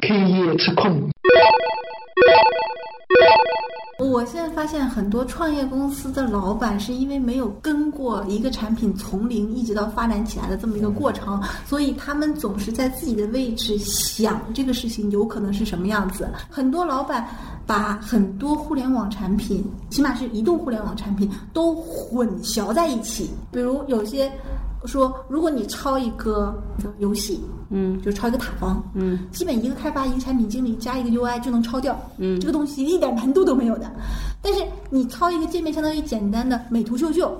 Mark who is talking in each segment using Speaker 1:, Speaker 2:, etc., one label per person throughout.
Speaker 1: K 业之控。
Speaker 2: 我现在发现很多创业公司的老板是因为没有跟过一个产品从零一直到发展起来的这么一个过程，所以他们总是在自己的位置想这个事情有可能是什么样子。很多老板把很多互联网产品，起码是移动互联网产品，都混淆在一起。比如有些说，如果你抄一个游戏，
Speaker 3: 嗯
Speaker 2: 就抄一个塔防，
Speaker 3: 嗯，
Speaker 2: 基本一个开发、一个产品经理加一个 UI 就能抄掉，
Speaker 3: 嗯
Speaker 2: 这个东西一点难度都没有的。但是你抄一个界面，相当于简单的美图秀秀，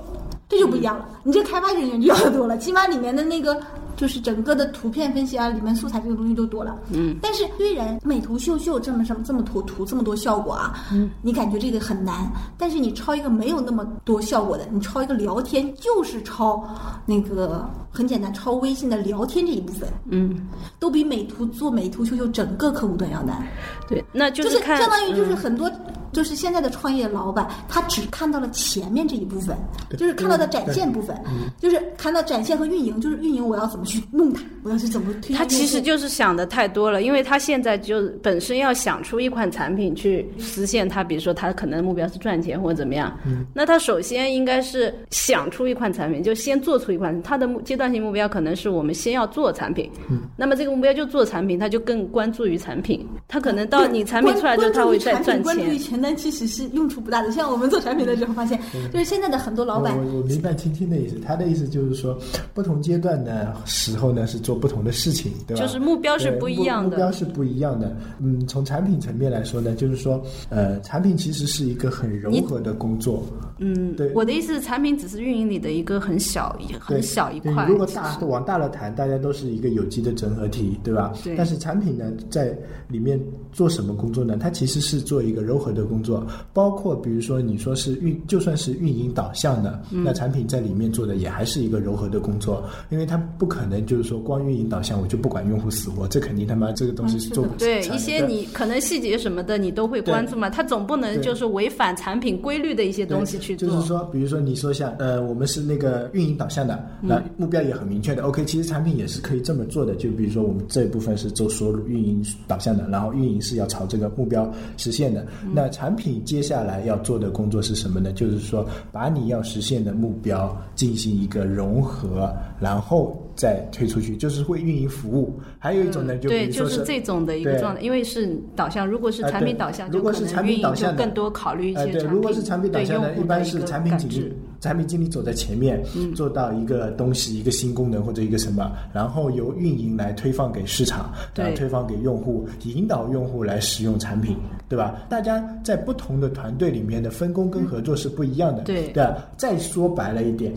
Speaker 2: 这就不一样了。
Speaker 3: 嗯
Speaker 2: 你这开发人员就要多了，起码里面的那个就是整个的图片分析啊，里面素材这个东西就多了。
Speaker 3: 嗯，
Speaker 2: 但是虽然美图秀秀这么什么这么多图这么多效果啊，嗯，你感觉这个很难，但是你抄一个没有那么多效果的，你抄一个聊天就是抄那个很简单，抄微信的聊天这一部分，
Speaker 3: 嗯，
Speaker 2: 都比美图做美图秀秀整个客户端要难。
Speaker 3: 对，那
Speaker 2: 就
Speaker 3: 就是是看，嗯
Speaker 2: 相当于就是很多。就是现在的创业老板，他只看到了前面这一部分，就是看到的展现部分，
Speaker 4: 嗯
Speaker 2: 就是看到展现和运营，就是运营我要怎么去弄它，我要去怎么推。
Speaker 3: 他其实就是想的太多了，因为他现在就本身要想出一款产品去实现他，比如说他可能目标是赚钱或者怎么样，
Speaker 4: 嗯
Speaker 3: 那他首先应该是想出一款产品，就先做出一款，他的目阶段性目标可能是我们先要做产品，
Speaker 4: 嗯
Speaker 3: 那么这个目标就做产品，他就更关注于产品，他可能到你产品出来之后，他会再赚
Speaker 2: 关注于
Speaker 3: 钱，
Speaker 2: 前端其实是用处不大的，像我们做产
Speaker 4: 嗯
Speaker 2: 品的时候发现，就是现在的很多老板
Speaker 4: 我我我明白青青的意思，他的意思就是说，不同阶段的时候呢是做不同的事情，对吧？
Speaker 3: 就是目标是
Speaker 4: 对
Speaker 3: 不一
Speaker 4: 目
Speaker 3: 样
Speaker 4: 目
Speaker 3: 的
Speaker 4: 标。是不一样的。嗯，从产品层面来说呢，就是说，呃，产品其实是一个很柔
Speaker 3: 你
Speaker 4: 和的工作，
Speaker 3: 嗯
Speaker 4: 对，
Speaker 3: 我的意思是，产品只是运营里的一个很小
Speaker 4: 对
Speaker 3: 很小一
Speaker 4: 对
Speaker 3: 块。
Speaker 4: 如果大往大了谈，大家都是一个有机的整合体，对吧？
Speaker 3: 对
Speaker 4: 但是产品呢，在里面做什么工作呢？它其实是做一个柔和的工作，包括比如说你说是运，就算是运营导向的，
Speaker 3: 嗯
Speaker 4: 那产品在里面做的也还是一个柔和的工作，因为它不可能就是说光运营导向，我就不管用户死活，这肯定他妈这个
Speaker 3: 啊
Speaker 4: 东西是做不
Speaker 3: 对
Speaker 4: 长
Speaker 3: 一些
Speaker 4: 的
Speaker 3: 你可能细节什么的，你都会关注嘛。他总不能
Speaker 4: 对
Speaker 3: 就是违反产品规律的一些
Speaker 4: 对
Speaker 3: 东西去
Speaker 4: 就是
Speaker 3: 做。
Speaker 4: 说，比如说你说像呃，我们是那个运营导向的，
Speaker 3: 嗯
Speaker 4: 那目标也很明确的。OK，其实产品也是可以这么做的。就比如说我们这一部分是做收入运营导向的，然后运营是要朝这个目标实现的。
Speaker 3: 嗯
Speaker 4: 那产品接下来要做的工作是什么呢？就是说把你要实现的目标进行一个融合，然后再推出去，就是会运营服务。还有一种呢，就比
Speaker 3: 嗯对，
Speaker 4: 如
Speaker 3: 就
Speaker 4: 说
Speaker 3: 是这种的一个
Speaker 4: 对
Speaker 3: 状态，因为是导向。如果是
Speaker 4: 啊
Speaker 3: 产
Speaker 4: 对
Speaker 3: 品导向，
Speaker 4: 如
Speaker 3: 就
Speaker 4: 果
Speaker 3: 可
Speaker 4: 是
Speaker 3: 能
Speaker 4: 产
Speaker 3: 运
Speaker 4: 品
Speaker 3: 营
Speaker 4: 导
Speaker 3: 就
Speaker 4: 向的，
Speaker 3: 更多考虑一
Speaker 4: 呃
Speaker 3: 些
Speaker 4: 对，
Speaker 3: 产
Speaker 4: 如果是产品导
Speaker 3: 对
Speaker 4: 向
Speaker 3: 用
Speaker 4: 的，
Speaker 3: 户
Speaker 4: 一般
Speaker 3: 的
Speaker 4: 是
Speaker 3: 一个
Speaker 4: 产品
Speaker 3: 感
Speaker 4: 经
Speaker 3: 知嗯
Speaker 4: 理。产品经理走在前面，做到一个东西、一个新功能或者一个什么，然后由运营来推放给市场，
Speaker 3: 对
Speaker 4: 然后推放给用户，引导用户来使用产品，对吧？大家在不同的团队里面的分工跟合作是不一样的，
Speaker 3: 对
Speaker 4: 对吧？啊再说白了一点，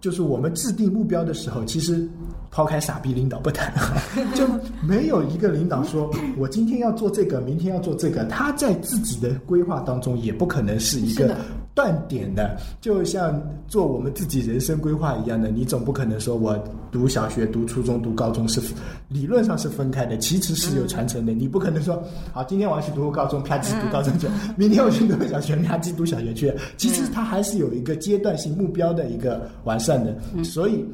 Speaker 4: 就是我们制定目标的时候，其实。抛开傻逼领导不谈，啊 就没有一个领导说我今天要做这个，明天要做这个。他在自己的规划当中，也不可能是一
Speaker 2: 是
Speaker 4: 个
Speaker 2: 的
Speaker 4: 断点的，就像做我们自己人生规划一样的，你总不可能说我读小学、读初中、读高中是理论上是分开的，其实
Speaker 3: 嗯
Speaker 4: 是有传承的。你不可能说，好，今天我要去读高中，啪叽
Speaker 3: 嗯
Speaker 4: 读高中去；明天我去读小学，啪叽读小学去。其实它还是有一个阶段性目标的一个完善
Speaker 3: 嗯
Speaker 4: 的，所以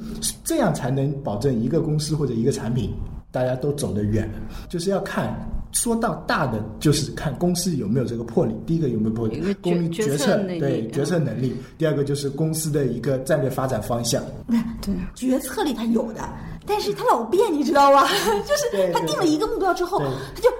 Speaker 4: 这样才能保证一个公司或者一个产品大家都走得远，就是要看。说到大的，就是看公司有没有这个魄力。第一个有没有魄力
Speaker 3: 有一个，决
Speaker 4: 公
Speaker 3: 决
Speaker 4: 决
Speaker 3: 策
Speaker 4: 策
Speaker 3: 能力
Speaker 4: 对
Speaker 3: 嗯
Speaker 4: 决策能力。第二个就是公司的一个战略发展 方向。
Speaker 3: 对，
Speaker 2: 决策力他有的，但是他老变，你知道吗？ 就是
Speaker 4: 对
Speaker 2: 他
Speaker 4: 对
Speaker 2: 定了一个目标之后
Speaker 4: 对，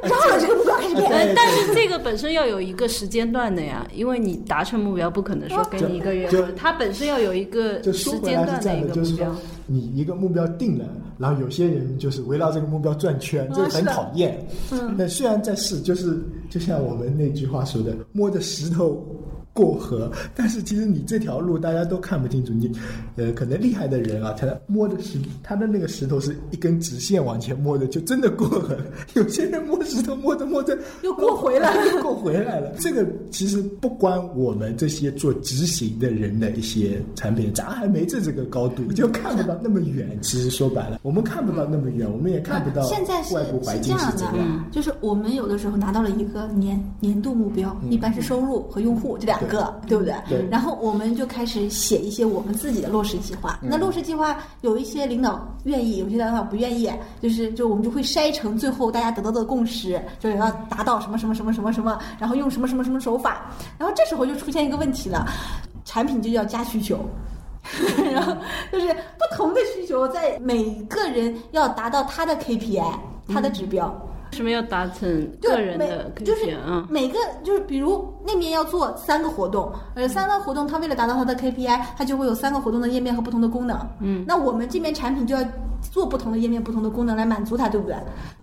Speaker 2: 他就绕着这个目标开始变。
Speaker 4: 对
Speaker 3: 但是这个本身要有一个时间段的呀，因为你达成目标不可能说给你一个月
Speaker 4: 就，
Speaker 3: 它本身要有一个
Speaker 4: 就说
Speaker 3: 时
Speaker 4: 回
Speaker 3: 间
Speaker 4: 来
Speaker 3: 段
Speaker 4: 是这样
Speaker 3: 一
Speaker 4: 的，
Speaker 3: 个
Speaker 4: 就是
Speaker 3: 目
Speaker 4: 说
Speaker 3: 标。
Speaker 4: 你一个目标定了，然后有些人就是围绕这个目标转圈，
Speaker 3: 啊
Speaker 4: 这个
Speaker 2: 是
Speaker 4: 很
Speaker 2: 的
Speaker 4: 讨厌。嗯，那虽然在试，就是就像我们那句话说的，摸着石头。过河，但是其实你这条路大家都看不清楚。你，呃，可能厉害的人啊，他摸着石，他的那个石头是一根直线往前摸的，就真的过河了。 有些人摸石头摸着摸着
Speaker 2: 又过回来了，
Speaker 4: 又过回来了。这个其实不关我们这些做执行的人的一些产品，咱还没这这个高度，就看不到那么远。 其实说白了，我们看不到那么远，我们也看不到
Speaker 2: 现在是
Speaker 4: 外部环
Speaker 2: 是这
Speaker 4: 境
Speaker 2: 样
Speaker 4: 怎
Speaker 2: 的
Speaker 4: 样。，
Speaker 2: 就是我们有的时候拿到了一个年年度目标，一般是收入和用户这两个，个，对不对？
Speaker 4: 嗯对
Speaker 2: 然后我们就开始写一些我们自己的落实计划。
Speaker 4: 嗯
Speaker 2: 那落实计划有一些领导愿意，有些领导不愿意，就是就我们就会筛成最后大家得到的共识，就是要达到什么什么什么什么什么，然后用什么什么什么手法。然后这时候就出现一个问题了，产品就叫加需求。 然后就是不同的需求，在每个人要达到他的 KPI，他的指标。
Speaker 3: 是没有达成
Speaker 2: 对
Speaker 3: 嗯个人的
Speaker 2: 每
Speaker 3: 可
Speaker 2: 就
Speaker 3: 选
Speaker 2: 是
Speaker 3: 啊。嗯
Speaker 2: 每个就是比如那边要做三个活动，呃，三个活动，它为了达到它的 KPI，它就会有三个活动的页面和不同的功能。嗯，那我们这边产品就要做不同的页面、不同的功能来满足它，对不对？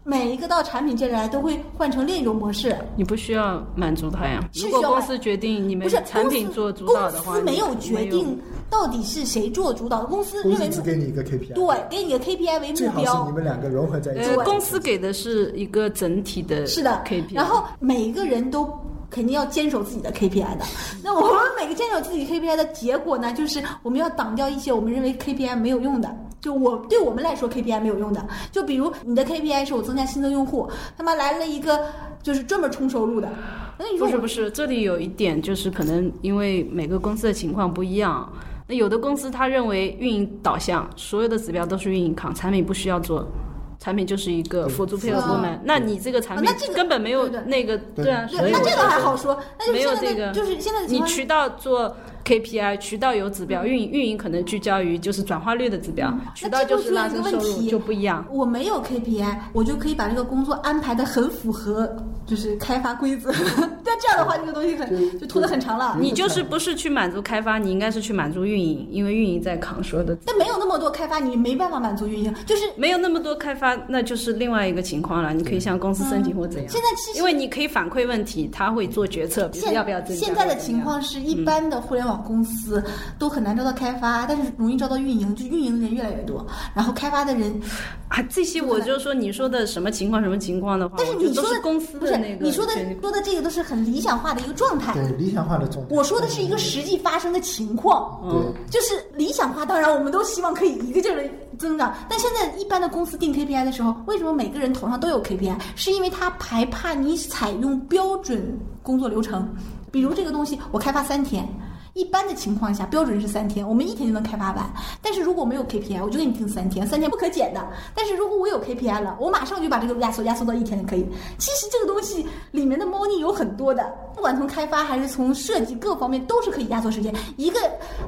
Speaker 2: 每一个到产品这里来都会换成另一种模式。
Speaker 3: 你不需要满足他呀。
Speaker 2: 是
Speaker 3: 如果
Speaker 2: 需要
Speaker 3: 公司决定你
Speaker 2: 不
Speaker 3: 们
Speaker 2: 是
Speaker 3: 产品
Speaker 2: 公司
Speaker 3: 做主导的话，
Speaker 2: 公司没有
Speaker 3: 你
Speaker 2: 决定到底是谁做主导，公司
Speaker 4: 公
Speaker 2: 认
Speaker 4: 司
Speaker 2: 为
Speaker 4: 只给你一个 KPI，
Speaker 2: 对，给你的 KPI 为
Speaker 4: 最
Speaker 2: 目
Speaker 4: 好
Speaker 2: 标。
Speaker 4: 是你们两个融合在一起
Speaker 3: 呃，。公司给的是一个整体的
Speaker 2: 是的
Speaker 3: KPI，
Speaker 2: 然后每一个人都肯定要坚守自己的 KPI 的。那我们每个坚守自己 KPI 的结果呢，就是我们要挡掉一些我们认为 KPI 没有用的。就我对我们来说 KPI 没有用的，就比如你的 KPI 是我增加新增用户，他妈来了一个就是专门冲收入的，那你说
Speaker 3: 不是
Speaker 2: 我
Speaker 3: 不是，这里有一点就是可能因为每个公司的情况不一样，那有的公司他认为运营导向，所有的指标都是运营扛，产品不需要做。产品就是一个辅助配合部门，那你这个产
Speaker 2: 啊
Speaker 3: 品
Speaker 2: 那这个
Speaker 3: 根本没有
Speaker 2: 对对
Speaker 3: 那个，
Speaker 4: 对
Speaker 3: 对啊，
Speaker 2: 对
Speaker 3: 所以
Speaker 2: 那
Speaker 3: 我
Speaker 2: 这
Speaker 3: 觉
Speaker 2: 个
Speaker 3: 得
Speaker 2: 还好说，那就是
Speaker 3: 没有
Speaker 2: 现在的、
Speaker 3: 这
Speaker 2: 就
Speaker 3: 个
Speaker 2: 是现在的情
Speaker 3: 你
Speaker 2: 况。
Speaker 3: 渠道做 KPI，渠道有指标，运营运营可能聚焦于就是转化率的指标，渠道就是拉升收
Speaker 2: 嗯那这就有一个问
Speaker 3: 入
Speaker 2: 题
Speaker 3: 就不一样。
Speaker 2: 我没有 KPI，我就可以把这个工作安排的很符合，就是开发规则。 但这样的话，这个东西很就拖得很长了。
Speaker 3: 你就是不是去满足开发，你应该是去满足运营，因为运营在扛所有的
Speaker 2: 但没有那么多开发，你没办法满足运营。就是
Speaker 3: 没有那么多开发，那就是另外一个情况了。你可以向公司申请或怎样。
Speaker 2: 嗯现在其实
Speaker 3: 因为你可以反馈问题，他会做决策，比如
Speaker 2: 现
Speaker 3: 说要不要增加。
Speaker 2: 现在的情况是一般的互联网公司都很难招到开发，但是容易招到运营，就运营人越来越多，然后开发的人，
Speaker 3: 啊，这些我就说你说的什么情况什么情况的话，
Speaker 2: 但是
Speaker 3: 我觉
Speaker 2: 你
Speaker 3: 得
Speaker 2: 说
Speaker 3: 哦都
Speaker 2: 的
Speaker 3: 是公司
Speaker 2: 不是
Speaker 3: 那个
Speaker 2: 你说的
Speaker 3: 决定
Speaker 2: 说的这个都是很理想化的一个状态。
Speaker 4: 对理想化的嗯状态，
Speaker 2: 我说的是一个实际发生的情况，
Speaker 4: 对
Speaker 2: 就是理想化。当然，我们都希望可以一个劲儿的增长，但现在一般的公司定 KPI 的时候，为什么每个人头上都有 KPI？是因为他害怕你采用标准工作流程，比如这个东西我开发三天。一般的情况下，标准是三天，我们一天就能开发完。但是如果没有 KPI，我就给你定三天，三天不可减的。但是如果我有 KPI 了，我马上就把这个压缩压缩到一天就可以。其实这个东西里面的猫腻有很多的，不管从开发还是从设计各方面，都是可以压缩时间。一个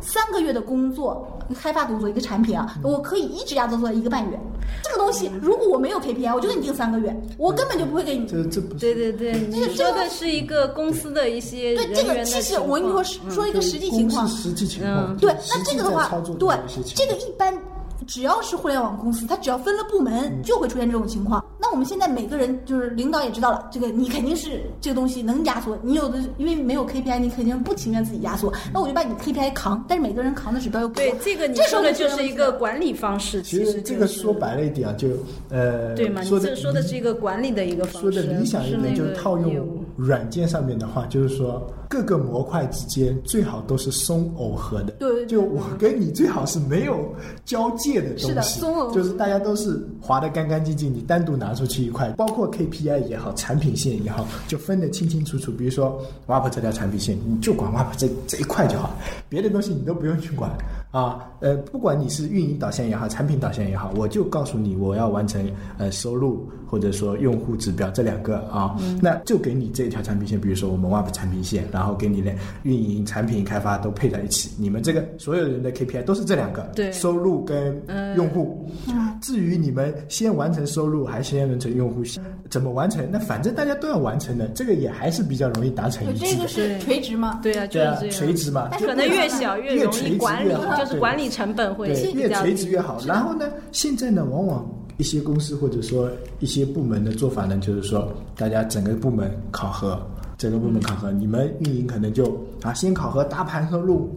Speaker 2: 三个月的工作，开发工作一个产品啊，
Speaker 3: 嗯
Speaker 2: 我可以一直压缩到一个半月。这个东西如果我没有 KPI，我就给你定三个月，我根本就不会给你
Speaker 4: 这这不是
Speaker 3: 对对对，你
Speaker 2: 这个
Speaker 3: 说的是一个公司的一些
Speaker 2: 对
Speaker 3: 人
Speaker 2: 这
Speaker 3: 员
Speaker 2: 个，
Speaker 3: 的
Speaker 2: 其实
Speaker 3: 情
Speaker 2: 我跟你说
Speaker 3: 况
Speaker 2: 说一个实际情况，
Speaker 4: 公司实际情况。
Speaker 3: 嗯
Speaker 2: 对，
Speaker 4: 实
Speaker 2: 那
Speaker 4: 际
Speaker 2: 这
Speaker 4: 在
Speaker 2: 个的话
Speaker 4: 操作，
Speaker 2: 对
Speaker 4: 的一些情
Speaker 2: 这个
Speaker 4: 况
Speaker 2: 一般只要是互联网公司，它只要分了部
Speaker 4: 嗯
Speaker 2: 门，就会出现这种情况。那我们现在每个人就是领导也知道了，这个你肯定是这个东西能压缩，你有的因为没有 KPI，你肯定不情愿自己压缩，
Speaker 4: 嗯
Speaker 2: 那我就把你 KPI 扛，但是每个人扛的指标又不一
Speaker 3: 对
Speaker 2: 样
Speaker 3: 这个你
Speaker 2: 这时
Speaker 3: 说
Speaker 2: 候
Speaker 3: 的
Speaker 2: 就
Speaker 3: 就是一
Speaker 2: 问题
Speaker 3: 个
Speaker 4: 嗯
Speaker 2: 了
Speaker 3: 管理方式，
Speaker 4: 其
Speaker 3: 实
Speaker 4: 实这个
Speaker 3: 就是
Speaker 4: 说白了一点啊，就呃，
Speaker 3: 对嘛？你
Speaker 4: 说
Speaker 3: 这
Speaker 4: 的
Speaker 3: 说的是一个管理的一个方
Speaker 4: 说
Speaker 3: 式，
Speaker 4: 的理想一
Speaker 3: 不
Speaker 4: 点，
Speaker 3: 那
Speaker 4: 就是
Speaker 3: 个
Speaker 4: 套
Speaker 3: 业
Speaker 4: 用
Speaker 3: 务
Speaker 4: 软件上面的话，就是说各个模块之间最好都是松耦合的。
Speaker 2: 对对对
Speaker 4: 就我跟你最好是没有交界的
Speaker 2: 是
Speaker 4: 东
Speaker 2: 的
Speaker 4: 西，
Speaker 2: 松耦合
Speaker 4: 就是大家都是划得干干净净。你单独拿出去一块，包括 KPI 也好，产品线也好，就分得清清楚楚。比如说 WAP 这条产品线，你就管 WAP 这这一块就好，别的东西你都不用去管。啊，呃，不管你是运营导向也好，产品导向也好，我就告诉你我要完成呃收入或者说用户指标这两个啊，那就给你这一条产品线，比如说我们 WAP 产品线，然后给你的运营、产品开发都配在一起，你们这个所有人的 KPI 都是这两个，
Speaker 3: 对
Speaker 4: 收入跟用户。至于你们先完成收入还是先完成用户，怎么完成？那反正大家都要完成的，这个也还是比较容易达成
Speaker 2: 对，
Speaker 4: 一
Speaker 2: 这
Speaker 4: 致
Speaker 2: 个
Speaker 4: 的。
Speaker 2: 是
Speaker 3: 对
Speaker 2: 垂直吗？
Speaker 3: 对啊，就
Speaker 4: 对
Speaker 3: 是
Speaker 4: 啊
Speaker 3: 这，样
Speaker 4: 垂直嘛，
Speaker 2: 但
Speaker 4: 就是
Speaker 3: 可能越小
Speaker 4: 越
Speaker 3: 容
Speaker 4: 垂
Speaker 3: 易
Speaker 4: 直
Speaker 3: 管
Speaker 4: 越
Speaker 3: 理
Speaker 4: 好，
Speaker 3: 就是
Speaker 4: 对
Speaker 3: 管理成本会
Speaker 4: 对，越
Speaker 3: 比较
Speaker 4: 垂直越好。然后呢，现在呢，往往一些公司或者说一些部门的做法呢，就是说大家整个部门考核。整个部
Speaker 3: 嗯
Speaker 4: 门考核，你们运营可能就啊，先考核大盘收入，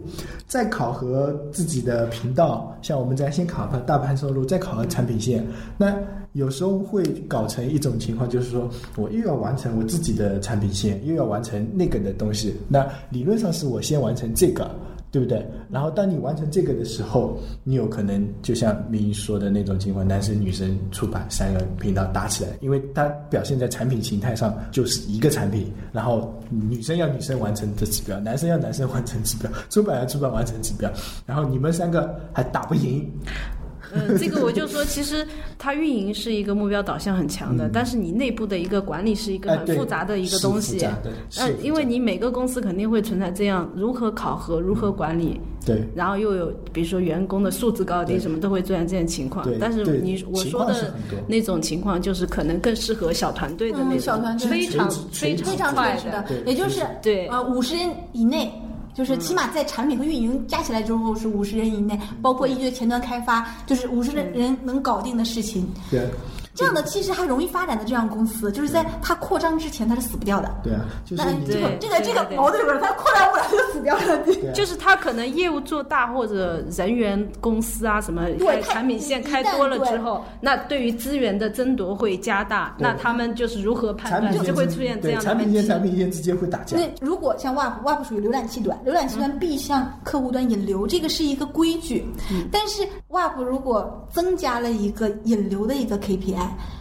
Speaker 4: 再考核自己的频道，像我们这样先考核大盘收入，再考核产品线。那有时候会搞成一种情况，就是说我又要完成我自己的产品线，又要完成那个的东西。那理论上是我先完成这个，对不对？然后当你完成这个的时候，你有可能就像明仪说的那种情况，男生女生出版三个频道打起来，因为它表现在产品形态上就是一个产品，然后女生要女生完成的指标，男生要男生完成指标，出版要出版完成指标，然后你们三个还打不赢，
Speaker 3: 嗯，这个我就说，其实它运营是一个目标导向很强的，但是你内部的一个管理是一个
Speaker 4: 嗯哎
Speaker 3: 很
Speaker 4: 对
Speaker 3: 复杂的一个
Speaker 4: 是
Speaker 3: 东
Speaker 4: 复
Speaker 3: 西。
Speaker 4: 杂的是
Speaker 3: 那
Speaker 4: 复
Speaker 3: 因为你每个公司肯定会存在这样如何考核、如
Speaker 4: 嗯
Speaker 3: 何管理，
Speaker 4: 对。
Speaker 3: 然后又有比如说员工的素质高低
Speaker 4: 对
Speaker 3: 什么都会出现这样情况
Speaker 4: 对。
Speaker 3: 但是
Speaker 4: 对
Speaker 3: 你我
Speaker 4: 情
Speaker 3: 说
Speaker 4: 况是
Speaker 3: 的
Speaker 4: 很多
Speaker 3: 那种情况，就是可能更适合小团队的那
Speaker 2: 嗯，小
Speaker 3: 种，
Speaker 2: 团队
Speaker 3: 非常
Speaker 4: 垂
Speaker 3: 非
Speaker 4: 直
Speaker 2: 非常
Speaker 3: 常快
Speaker 2: 准时的
Speaker 4: 对，
Speaker 2: 也就是
Speaker 3: 对嗯
Speaker 2: 呃五十人以内。就是起码在产品和运营加起来之后是五十人以内，包括一些前端开发，就是五十人人能搞定的事情。
Speaker 3: 嗯
Speaker 4: 对，
Speaker 2: 这样的其实还容易发展的这样公司，就是在它扩张之前它是死不掉的。
Speaker 4: 对啊，就是
Speaker 2: 但
Speaker 4: 你
Speaker 2: 这个
Speaker 3: 对
Speaker 2: 这个这
Speaker 3: 对
Speaker 2: 个
Speaker 3: 对
Speaker 2: 矛盾不是它扩张不了就死掉了。对
Speaker 4: 对啊
Speaker 3: 就是他可能业务做大或者人员公司啊什么
Speaker 2: 对
Speaker 3: 开
Speaker 2: 他
Speaker 3: 产品线
Speaker 2: 一
Speaker 3: 开
Speaker 2: 旦
Speaker 3: 多了
Speaker 2: 对
Speaker 3: 之后，那对于资源的争夺会加大，
Speaker 4: 对
Speaker 3: 那他们就是如何判
Speaker 4: 产
Speaker 3: 断
Speaker 4: 品
Speaker 3: 就
Speaker 4: 线
Speaker 3: 会出现这
Speaker 4: 对
Speaker 3: 样的
Speaker 4: 产
Speaker 3: 问
Speaker 4: 品线
Speaker 3: 题。
Speaker 4: 产品线之间会打架
Speaker 2: 那，如果像 WAP WAP 属于浏览器端，浏览器端必向客户端引流，这个是一个规矩。
Speaker 3: 嗯
Speaker 2: 但是 WAP 如果增加了一个引流的一个 KPI，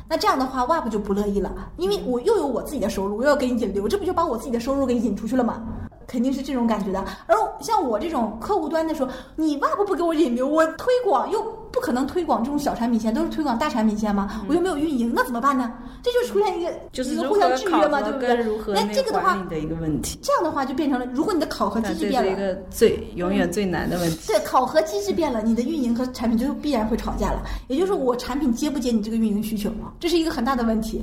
Speaker 2: 那这样的话 WAP 就不乐意了，因为我又有我自己的收入，我又要给你引流，这不就把我自己的收入给引出去了吗？肯定是这种感觉的。而像我这种客户端的时候，你 WAP 不给我引流，我推广又不可能推广这种小产品线，都是推广大产品线嘛，我又没有运营，那怎么办呢？这就出现一个
Speaker 3: 嗯就是
Speaker 2: 一个
Speaker 3: 如
Speaker 2: 互
Speaker 3: 何
Speaker 2: 相制
Speaker 3: 考
Speaker 2: 约嘛，
Speaker 3: 核
Speaker 2: 对不对
Speaker 3: 跟如？何
Speaker 2: 那
Speaker 3: 那
Speaker 2: 这
Speaker 3: 个
Speaker 2: 的话
Speaker 3: 管理，的一个问题，
Speaker 2: 这样的话就变成了，如果你的考核
Speaker 3: 那
Speaker 2: 机制
Speaker 3: 这
Speaker 2: 变
Speaker 3: 是一
Speaker 2: 了，
Speaker 3: 个最永远最难的问题。
Speaker 2: 对考核机制变了，你的运营和产品就必然会吵架了。也就是说，我产品接不接你这个运营需求，啊这是一个很大的问题。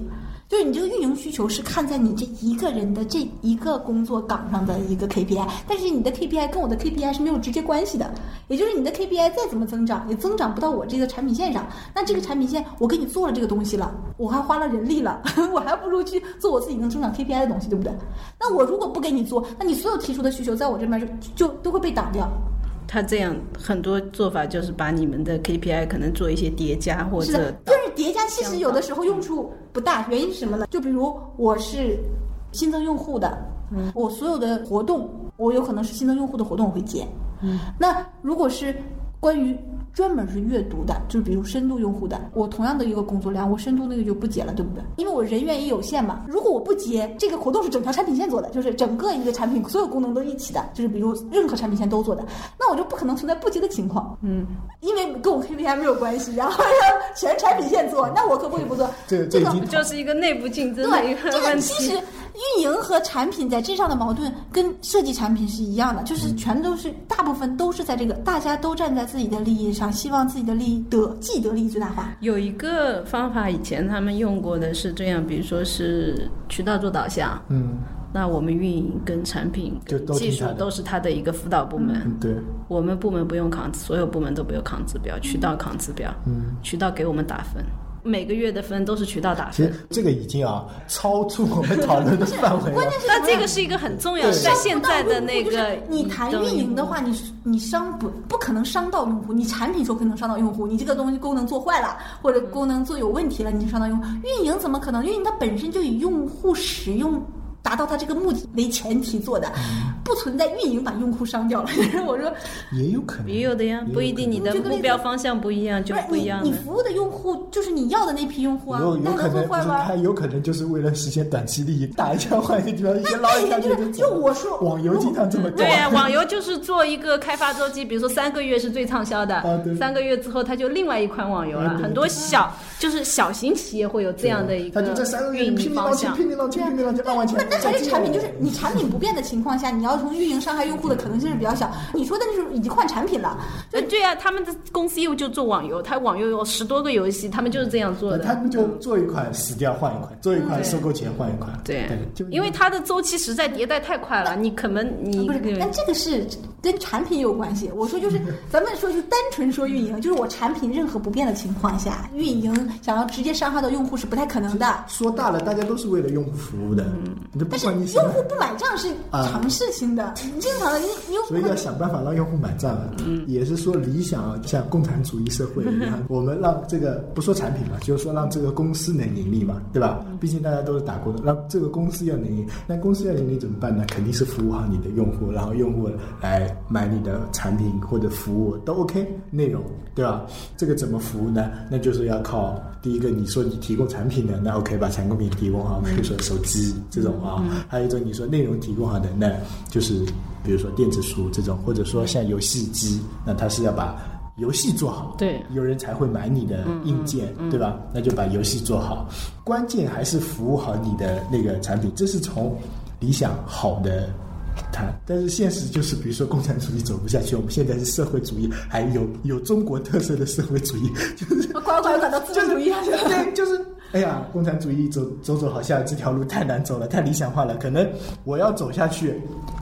Speaker 2: 就是你这个运营需求是看在你这一个人的这一个工作岗上的一个 KPI，但是你的 KPI 跟我的 KPI 是没有直接关系的。也就是你的 KPI 再怎么增长，也增长不到我这个产品线上。那这个产品线我给你做了这个东西了，我还花了人力了， 我还不如去做我自己能增长 KPI 的东西，对不对？那我如果不给你做，那你所有提出的需求在我这边就就都会被挡掉。
Speaker 3: 他这样很多做法就是把你们的 KPI 可能做一些叠加或
Speaker 2: 是
Speaker 3: 者
Speaker 2: 的，就是叠加，其实有的时嗯候用处不大，原因是什么呢？就比如我是新增用户的，我所有的活动，我有可能是新增用户的活动我会接。嗯，那如果是关于专门是阅读的，就比如深度用户的，我同样的一个工作量，我深度那个就不接了，对不对？因为我人员也有限嘛。如果我不接，这个活动是整条产品线做的，就是整个一个产品所有功能都一起的，就是比如任何产品线都做的，那我就不可能存在不接的情况。嗯，因为跟我 KPI 没有关系，然后要全产品线做，那我可不可以不做？
Speaker 4: 这
Speaker 2: 这
Speaker 4: 这已
Speaker 2: 个
Speaker 4: 经
Speaker 3: 就是一个内部竞争的一
Speaker 2: 对，这
Speaker 3: 问
Speaker 2: 个其
Speaker 3: 题
Speaker 2: 实。运营和产品在这上的矛盾跟设计产品是一样的，就是
Speaker 3: 嗯
Speaker 2: 全都是大部分都是在这个大家都站在自己的利益上，希望自己的利益得既得利益最大化。
Speaker 3: 有一个方法，以前他们用过的是这样，比如说是渠道做导向，
Speaker 4: 嗯
Speaker 3: 那我们运营跟产品、
Speaker 4: 就
Speaker 3: 跟
Speaker 4: 都
Speaker 3: 技
Speaker 4: 听
Speaker 3: 术
Speaker 4: 他的
Speaker 3: 都是他的一个辅导部门。
Speaker 4: 嗯对，
Speaker 3: 我们部门不用扛，所有部门都不用扛指标，渠道扛指标，
Speaker 4: 嗯，
Speaker 3: 渠道给我们打分，每个月的分都是渠道打
Speaker 4: 其
Speaker 3: 分
Speaker 4: 实。这个已经啊超出我们讨论的范围
Speaker 2: 关
Speaker 4: 了
Speaker 2: 键。是
Speaker 3: 那这个是一个很重要的，
Speaker 4: 对
Speaker 3: 在现在的那
Speaker 2: 就是
Speaker 3: 个嗯
Speaker 2: 你谈运营的话，你你伤不不可能伤到用户，你产品说可能伤到用户，你这个东西功能做坏了或
Speaker 3: 嗯
Speaker 2: 者功能做有问题了，你就伤到用户。运营怎么可能？运营它本身就以用户使用。达到它这个目的为前提做的，
Speaker 3: 嗯
Speaker 2: 不存在运营把用户伤掉了。 就是我说，
Speaker 4: 也有可能
Speaker 3: 也有的呀，不一定你的
Speaker 2: 这个
Speaker 3: 目标方向不一样就
Speaker 2: 不是
Speaker 3: 不一样
Speaker 2: 你，
Speaker 3: 的
Speaker 2: 你。服务的用户就是你要的那批用户啊，
Speaker 4: 有有
Speaker 2: 那
Speaker 4: 可
Speaker 2: 能
Speaker 4: 能
Speaker 2: 做
Speaker 4: 就是
Speaker 2: 坏
Speaker 4: 他
Speaker 2: 吗？
Speaker 4: 有可能就是为了实现短期利益，打一下换一个地方，先捞一 下
Speaker 2: 那就是
Speaker 4: 走
Speaker 2: 就我说
Speaker 4: 网游经常这么
Speaker 3: 对 呀、
Speaker 4: 干。
Speaker 3: 网游就是做一个开发周期，比如说三个月是最畅销的，
Speaker 4: 啊对
Speaker 3: 三个月之后它就另外一款网游了。
Speaker 4: 啊对
Speaker 3: 很多小就是小型企业会有这样的一个
Speaker 4: 他就这三个月
Speaker 3: 运
Speaker 4: 拼
Speaker 3: 营
Speaker 4: 命
Speaker 3: 方
Speaker 4: 捞钱，
Speaker 3: 向。
Speaker 4: 拼命捞钱，拼命捞钱，浪完钱
Speaker 2: 那。啊但是还是产品，就是
Speaker 4: 再见
Speaker 2: 你产品不变的情况下，你要从运营伤害用户的可能性是比较小。你说的那种已经换产品了，
Speaker 3: 呃，对啊，他们的公司业务就做网游，他网游有十多个游戏，他们就是这样做
Speaker 4: 他
Speaker 3: 的。
Speaker 4: 们就做一款死掉换一款，做一款
Speaker 3: 对
Speaker 4: 收购前换一款。
Speaker 3: 对
Speaker 4: 对，就，
Speaker 3: 因为它的周期实在迭代太快了，你可能你
Speaker 2: 啊不是，但这个是跟产品有关系。我说就是，咱们说就单纯说运营，就是我产品任何不变的情况下，运营想要直接伤害到用户是不太可能的。
Speaker 4: 说大了，大家都是为了用户服务的，你就不
Speaker 2: 但是
Speaker 4: 管你什
Speaker 2: 用
Speaker 4: 么
Speaker 2: 户不买账是常事情的，正常的，你你又不
Speaker 4: 所以
Speaker 2: 可
Speaker 4: 要
Speaker 2: 能
Speaker 4: 想办法让用户买账啊，也是说理想啊，像共产主义社会一样，我们让这个不说产品嘛，就是说让这个公司能盈利嘛，对吧？毕竟大家都是打工的，让这个公司要能盈，那公司要盈利怎么办呢？肯定是服务好你的用户，然后用户来买你的产品或者服务都 OK，内容对吧？这个怎么服务呢？那就是要靠第一个，你说你提供产品的，那 OK，把产品提供好，比如说手机这种啊，还有一种你说内容提供好的，那就是比如说电子书这种，或者说像游戏机，那它是要把游戏做好，
Speaker 3: 对
Speaker 4: 有人才会买你的硬件，
Speaker 3: 嗯
Speaker 4: 对吧？那就把游戏做好，关键还是服务好你的那个产品，这是从理想好的。谈，但是现实就是，比如说共产主义走不下去，我们现在是社会主义，还有有中国特色的社会主 义，就是
Speaker 2: 乖乖转到资本主义上去了。
Speaker 4: 对，就是哎呀，共产主义走走走好像这条路太难走了，太理想化了，可能我要走下去，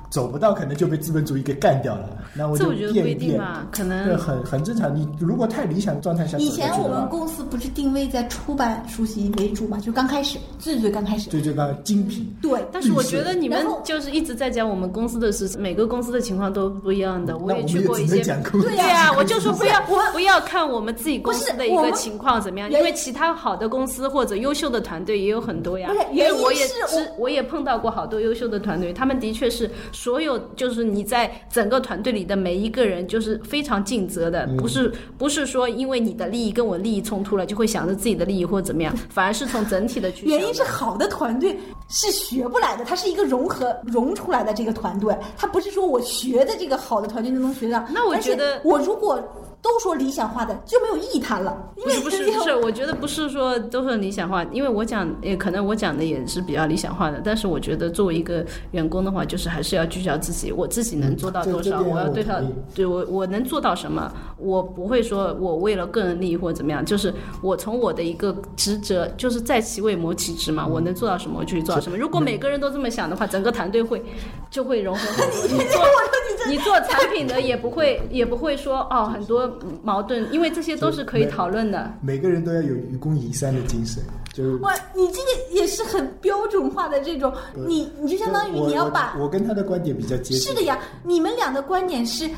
Speaker 4: 走不到，可能就被资本主义给干掉了。那我
Speaker 3: 这
Speaker 4: 就
Speaker 3: 我觉得
Speaker 4: 变
Speaker 3: 不
Speaker 4: 一
Speaker 3: 一定
Speaker 4: 变
Speaker 3: 吧，可
Speaker 4: 对，
Speaker 3: 能
Speaker 4: 很很正常。你如果太理想状态下走
Speaker 2: 以
Speaker 4: 下去的
Speaker 2: 前
Speaker 4: 话，
Speaker 2: 我们公司不是定位在出版书籍为主嘛，就刚开始，最最刚开始。
Speaker 4: 最最高精品，
Speaker 2: 对，
Speaker 3: 但是我觉得你们
Speaker 2: 然后
Speaker 3: 就是一直在讲我们公司的事情，每个公司的情况都不一样的。
Speaker 4: 那我
Speaker 3: 也
Speaker 4: 们
Speaker 3: 去
Speaker 4: 也
Speaker 3: 过
Speaker 4: 只
Speaker 3: 一
Speaker 4: 能
Speaker 3: 些，
Speaker 4: 讲公司
Speaker 3: 对 呀、
Speaker 4: 公司
Speaker 3: 我就说不要
Speaker 2: 我
Speaker 3: 不要看我们自己公司的一
Speaker 2: 不是我
Speaker 3: 个
Speaker 2: 们
Speaker 3: 情况怎么样，
Speaker 2: 原
Speaker 3: 因为其他好的公司或者优秀的团队也有很多呀。
Speaker 2: 不是
Speaker 3: 因为
Speaker 2: 原因
Speaker 3: 我也
Speaker 2: 是
Speaker 3: 知
Speaker 2: 我
Speaker 3: 我也碰到过好多优秀的团队，他们的确是所有就是你在整个团队里的每一个人就是非常尽责的，
Speaker 2: 嗯
Speaker 3: 不是不是说因为你的利益跟我利益冲突了就会想着自己的利益或者怎么样，反而是从整体的去
Speaker 2: 原
Speaker 3: 想
Speaker 2: 因是好的团队是学不来的，它是一个融合融出来的这个团队，它不是说我学的这个好的团队就能学上。
Speaker 3: 那我觉得
Speaker 2: 而且我如果都说理想化的，就没有意义谈了，因
Speaker 3: 不
Speaker 2: 为
Speaker 3: 是不是
Speaker 2: 这
Speaker 3: 不
Speaker 2: 个
Speaker 3: 是，我觉得不是说都是理想化，因为我讲也可能我讲的也是比较理想化的，但是我觉得作为一个员工的话，就是还是要聚焦自己，我自己能做到
Speaker 4: 这
Speaker 3: 多
Speaker 4: 这
Speaker 3: 少，
Speaker 4: 点
Speaker 3: 我要
Speaker 4: 我
Speaker 3: 对他
Speaker 4: 同意
Speaker 3: 对我我能做到什么，我不会说我为了个人利益或者怎么样，就是我从我的一个职责，就是在其位谋其职嘛，我能做到什么我就去做到什么。如果每个人都这么想的话，整个团队会就会融合 很多。你做你做产品的也不会也不会说哦很多矛盾，因为这些都是可以
Speaker 4: 没
Speaker 3: 讨论的。
Speaker 4: 每个人都要有愚公移山的精神，就是
Speaker 2: 哇，你这个也是很标准化的这种，你你就相当于
Speaker 4: 我
Speaker 2: 你要
Speaker 4: 我
Speaker 2: 把
Speaker 4: 我跟他的观点比较接近，
Speaker 2: 是的呀，你们俩的观点是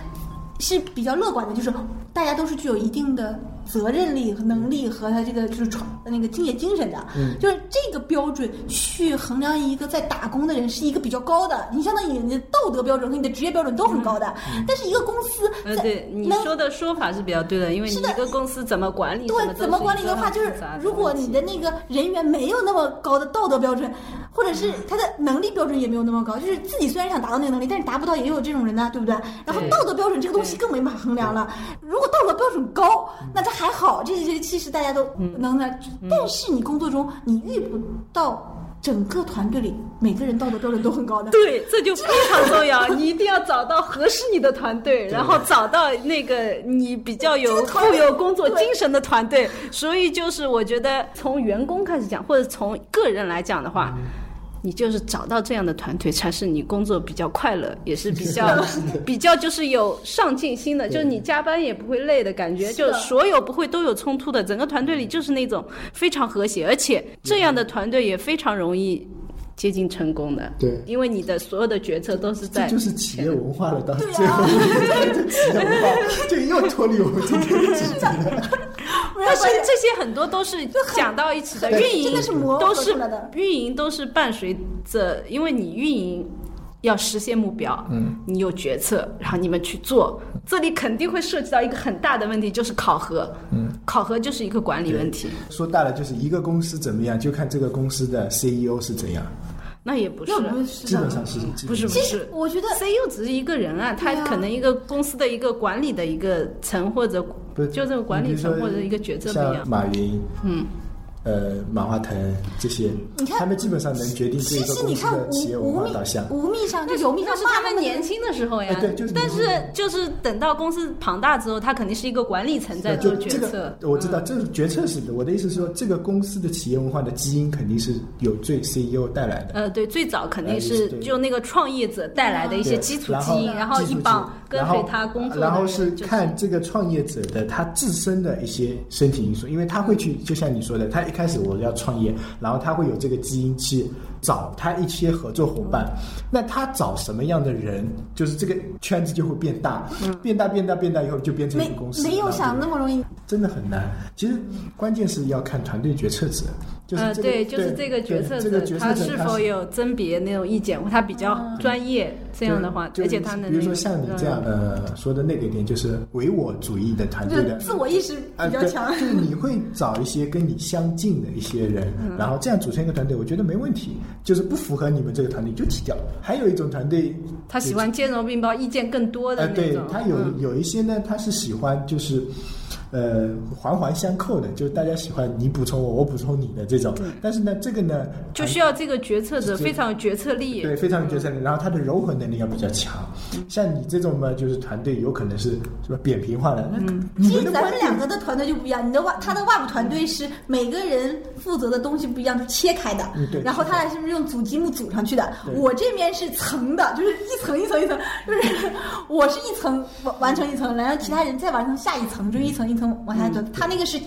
Speaker 2: 是比较乐观的，就是大家都是具有一定的责任力和能力和他这个就是创那个敬业精神的，
Speaker 4: 嗯
Speaker 2: 就是这个标准去衡量一个在打工的人是一个比较高的，你相当于你的道德标准和你的职业标准都很高的，但是一个公司
Speaker 3: 呃，
Speaker 2: 在
Speaker 3: 对，你
Speaker 2: 能
Speaker 3: 说的说法是比较对的，因为你
Speaker 2: 是的
Speaker 3: 一个公司怎么管理，
Speaker 2: 对，怎么管理
Speaker 3: 的
Speaker 2: 的话，就是如果你的那个人员没有那么高的道德标准，或者
Speaker 3: 嗯
Speaker 2: 是他的能力标准也没有那么高，就是自己虽然想达到那个能力，但是达不到，也有这种人呢、对不对？然后
Speaker 3: 对嗯
Speaker 2: 道德标准这个东西更没法衡量了。如果道德标准高，那这还好，这这其实大家都能的。但是你工作中你遇不到整个团队里每个人道德标准都很高的，
Speaker 3: 对，这就非常重要。你一定要找到合适你的团队，然后找到那个你比较有
Speaker 2: 这个团
Speaker 3: 富
Speaker 2: 队
Speaker 3: 有工作精神的团队。所以就是我觉得从员工开始讲，或者从个人来讲的话。你就是找到这样的团队，才是你工作比较快乐，也是比较比较就是有上进心的，就是你加班也不会累的感觉，
Speaker 2: 是
Speaker 3: 就
Speaker 2: 的
Speaker 3: 所有不会都有冲突的，整个团队里就是那种非常和谐，而且这样的团队也非常容易接近成功的。
Speaker 4: 对。
Speaker 3: 因为你的所有的决策都是
Speaker 4: 这
Speaker 3: 在
Speaker 4: 就是企业文化了，到
Speaker 2: 对啊
Speaker 4: 最后， 这企业文化就又脱离我们今天的主题了。
Speaker 2: 没有
Speaker 3: 但是
Speaker 2: 关系
Speaker 3: 这些很多都是讲到一起的，
Speaker 2: 很
Speaker 3: 运营
Speaker 2: 真的是磨合
Speaker 3: 都是
Speaker 2: 出来的
Speaker 3: 运营都是伴随着，因为你运营要实现目标，
Speaker 4: 嗯，
Speaker 3: 你有决策，然后你们去做，这里肯定会涉及到一个很大的问题，就是考核，嗯，考核就是一个管理问题，
Speaker 4: 说大了就是一个公司怎么样，就看这个公司的 CEO 是怎样，
Speaker 3: 那也不是。
Speaker 2: 要不是
Speaker 4: 基
Speaker 2: 的
Speaker 4: 本，上是
Speaker 3: 不是不
Speaker 2: 其
Speaker 3: 是
Speaker 2: 实，我觉得
Speaker 3: CEO 只是一个人啊，他
Speaker 2: 对啊
Speaker 3: 可能一个公司的一个管理的一个层或者
Speaker 4: 不是
Speaker 3: 就这种管理层或者一个决策不一样
Speaker 4: 像。马云，嗯，呃，马化腾这些，
Speaker 2: 你看
Speaker 4: 他们基本上能决定这
Speaker 2: 其
Speaker 4: 一个
Speaker 2: 实
Speaker 4: 公
Speaker 2: 你
Speaker 4: 司
Speaker 2: 看
Speaker 4: 的企业
Speaker 2: 无
Speaker 4: 文
Speaker 2: 无
Speaker 4: 化
Speaker 2: 密
Speaker 4: 导向。
Speaker 2: 无密上就
Speaker 3: 那
Speaker 2: 有密上
Speaker 3: 那是
Speaker 2: 骂
Speaker 3: 他们
Speaker 2: 的
Speaker 3: 年轻的时候呀，
Speaker 4: 哎对就是
Speaker 3: 但
Speaker 4: 年轻
Speaker 3: 是就是等到公司庞大之后，他肯定是一个管理层在
Speaker 4: 就
Speaker 3: 做决
Speaker 4: 这
Speaker 3: 策。
Speaker 4: 个，我知
Speaker 3: 嗯
Speaker 4: 道，这是决策是的。我的意思是说，这个公司的企业文化的基因肯定是有最 CEO 带来的。
Speaker 3: 呃，对，最早肯定
Speaker 4: 呃
Speaker 3: 是
Speaker 4: 对
Speaker 3: 就那个创业者带来的一些
Speaker 4: 对
Speaker 3: 基础
Speaker 4: 然
Speaker 3: 基
Speaker 4: 后
Speaker 3: 因，然后
Speaker 4: 基础
Speaker 3: 一
Speaker 4: 基因
Speaker 3: 帮跟
Speaker 4: 然后
Speaker 3: 随他工作的人就是，
Speaker 4: 然后是看这个创业者的他自身的一些身体因素，因为他会去，就像你说的，他一开始我要创业，然后他会有这个基因去找他一些合作伙伴，
Speaker 3: 嗯
Speaker 4: 那他找什么样的人，就是这个圈子就会变大，
Speaker 3: 嗯
Speaker 4: 变大变大变大以后就变成一
Speaker 2: 没
Speaker 4: 个公司，
Speaker 2: 没有想
Speaker 4: 然后
Speaker 2: 那么容易。
Speaker 4: 真的很难。其实关键是要看团队决策者，就是
Speaker 3: 呃，
Speaker 4: 这个、
Speaker 3: 对，就是这个决策者，
Speaker 4: 对这个决策
Speaker 3: 他
Speaker 4: 者
Speaker 3: 是否有甄别那种意见，他比较专业，这样的话，
Speaker 4: 就
Speaker 3: 而且他能嗯
Speaker 4: 比如说像你这样呃说的那个点，就是唯我主义的团队
Speaker 2: 就
Speaker 4: 的
Speaker 2: 自我意识
Speaker 4: 啊，
Speaker 2: 比较
Speaker 4: 对，
Speaker 2: 强，
Speaker 4: 就是你会找一些跟你相近的一些人，
Speaker 3: 嗯
Speaker 4: 然后这样组成一个团队，我觉得没问题。就是不符合你们这个团队就踢掉。还有一种团队，
Speaker 3: 他喜欢兼容并包，意见更多
Speaker 4: 呃
Speaker 3: 的，那
Speaker 4: 对
Speaker 3: 种。嗯
Speaker 4: 他有有一些呢，他是喜欢就是。呃，环环相扣的，就是大家喜欢你补充我，我补充你的这种。但是呢，这个呢，
Speaker 3: 就需要这个决策者非常有决策力。
Speaker 4: 对，非常有决策力，然后他的柔和能力要比较强。
Speaker 3: 嗯
Speaker 4: 像你这种嘛，就是团队有可能是什么扁平化的，那
Speaker 3: 嗯
Speaker 4: 你
Speaker 2: 其
Speaker 4: 们
Speaker 2: 实
Speaker 4: 的
Speaker 2: 咱
Speaker 4: 观
Speaker 2: 们
Speaker 4: 点
Speaker 2: 两个的团队就不一样，你的 w 他的 Web 团队是每个人负责的东西不一样，是切开的
Speaker 4: 嗯对，
Speaker 2: 然后他俩是不是用主积木组上去的？
Speaker 4: 对
Speaker 2: 我这边是层的，就是一层一层一层，就是我是一层完完成一层，然后其他人再完成下一层，就是一层一层往下走。
Speaker 3: 嗯
Speaker 2: 他那个是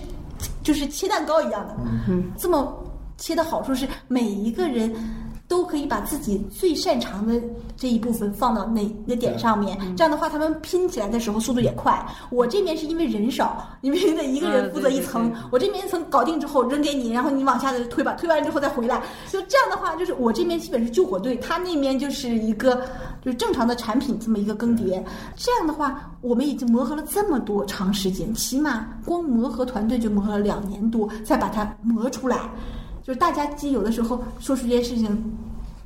Speaker 2: 就是切蛋糕一样的，这么切的好处是每一个人。都可以把自己最擅长的这一部分放到哪个点上面，
Speaker 3: 嗯
Speaker 2: 这样的话他们拼起来的时候速度也快。我这边是因为人少，你们得一个人负责一层，
Speaker 3: 啊对对对
Speaker 2: 我这边一层搞定之后扔给你，然后你往下推吧，推完之后再回来。就这样的话，就是我这边基本是救火队，他那边就是一个就是正常的产品这么一个更迭。这样的话，我们已经磨合了这么多长时间，起码光磨合团队就磨合了两年多，才把它磨出来。就是大家其实有的时候说出这些事情。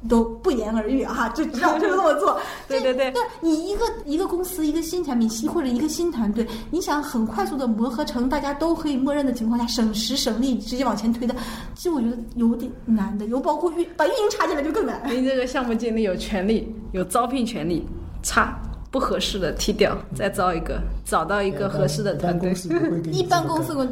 Speaker 2: 都不言而喻啊，就知道就这么做。
Speaker 3: 对对对
Speaker 2: 这你一个一个公司、一个新产品新或者一个新团队，你想很快速的磨合成大家都可以默认的情况下，省时省力，直接往前推的，其实我觉得有点难的。有包括运把运营插进来就更难。
Speaker 3: 您这个项目经理有权利，有招聘权利，差不合适的踢掉，再招一个，找到一个合适的团队
Speaker 4: 哎一般公。司不会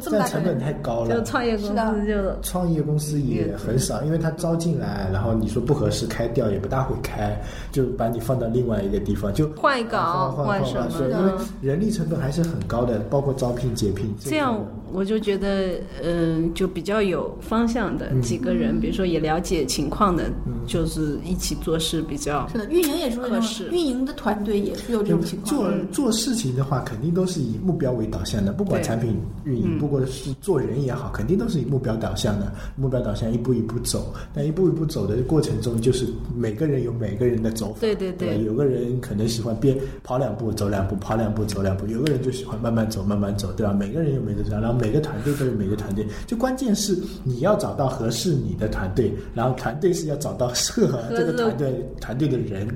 Speaker 2: 一般公司
Speaker 4: 给你这么
Speaker 2: 这么大
Speaker 4: 这样成本太高
Speaker 3: 就
Speaker 4: 了。
Speaker 3: 创业公
Speaker 2: 是的
Speaker 3: 司就
Speaker 4: 创业公司也很少，因为他招进来，然后你说不合适开掉，也不大会开，就把你放到另外一个地方，就
Speaker 3: 啊换一
Speaker 4: 换
Speaker 3: 岗，
Speaker 4: 换
Speaker 3: 什么
Speaker 4: 所以
Speaker 3: 的
Speaker 4: 因为人力成本还是很高的，包括招聘、解聘。
Speaker 3: 这样我就觉得，嗯、就比较有方向
Speaker 4: 嗯
Speaker 3: 的几个人，比如说也了解情况的，就是一起做事比较
Speaker 2: 是的，运营也是这
Speaker 3: 合
Speaker 2: 种
Speaker 3: 适，
Speaker 2: 运营的团队也是有这
Speaker 4: 就
Speaker 2: 种情况。
Speaker 4: 做做事情的话，肯定都是以目标为导向的，不管
Speaker 3: 对
Speaker 4: 产品运营，不管是做人也好，肯定都是以目标导向的。目标导向一步一步走，但一步一步走的过程中，就是每个人有每个人的走法。
Speaker 3: 对对对
Speaker 4: 吧有个人可能喜欢边跑两步走两步，跑两步走两步；有个人就喜欢慢慢走慢慢走，对吧？每个人有每个人，然后每个团队都有每个团队。就关键是你要找到合适你的团队，然后团队是要找到适合这个
Speaker 3: 合作
Speaker 4: 团队团队的人。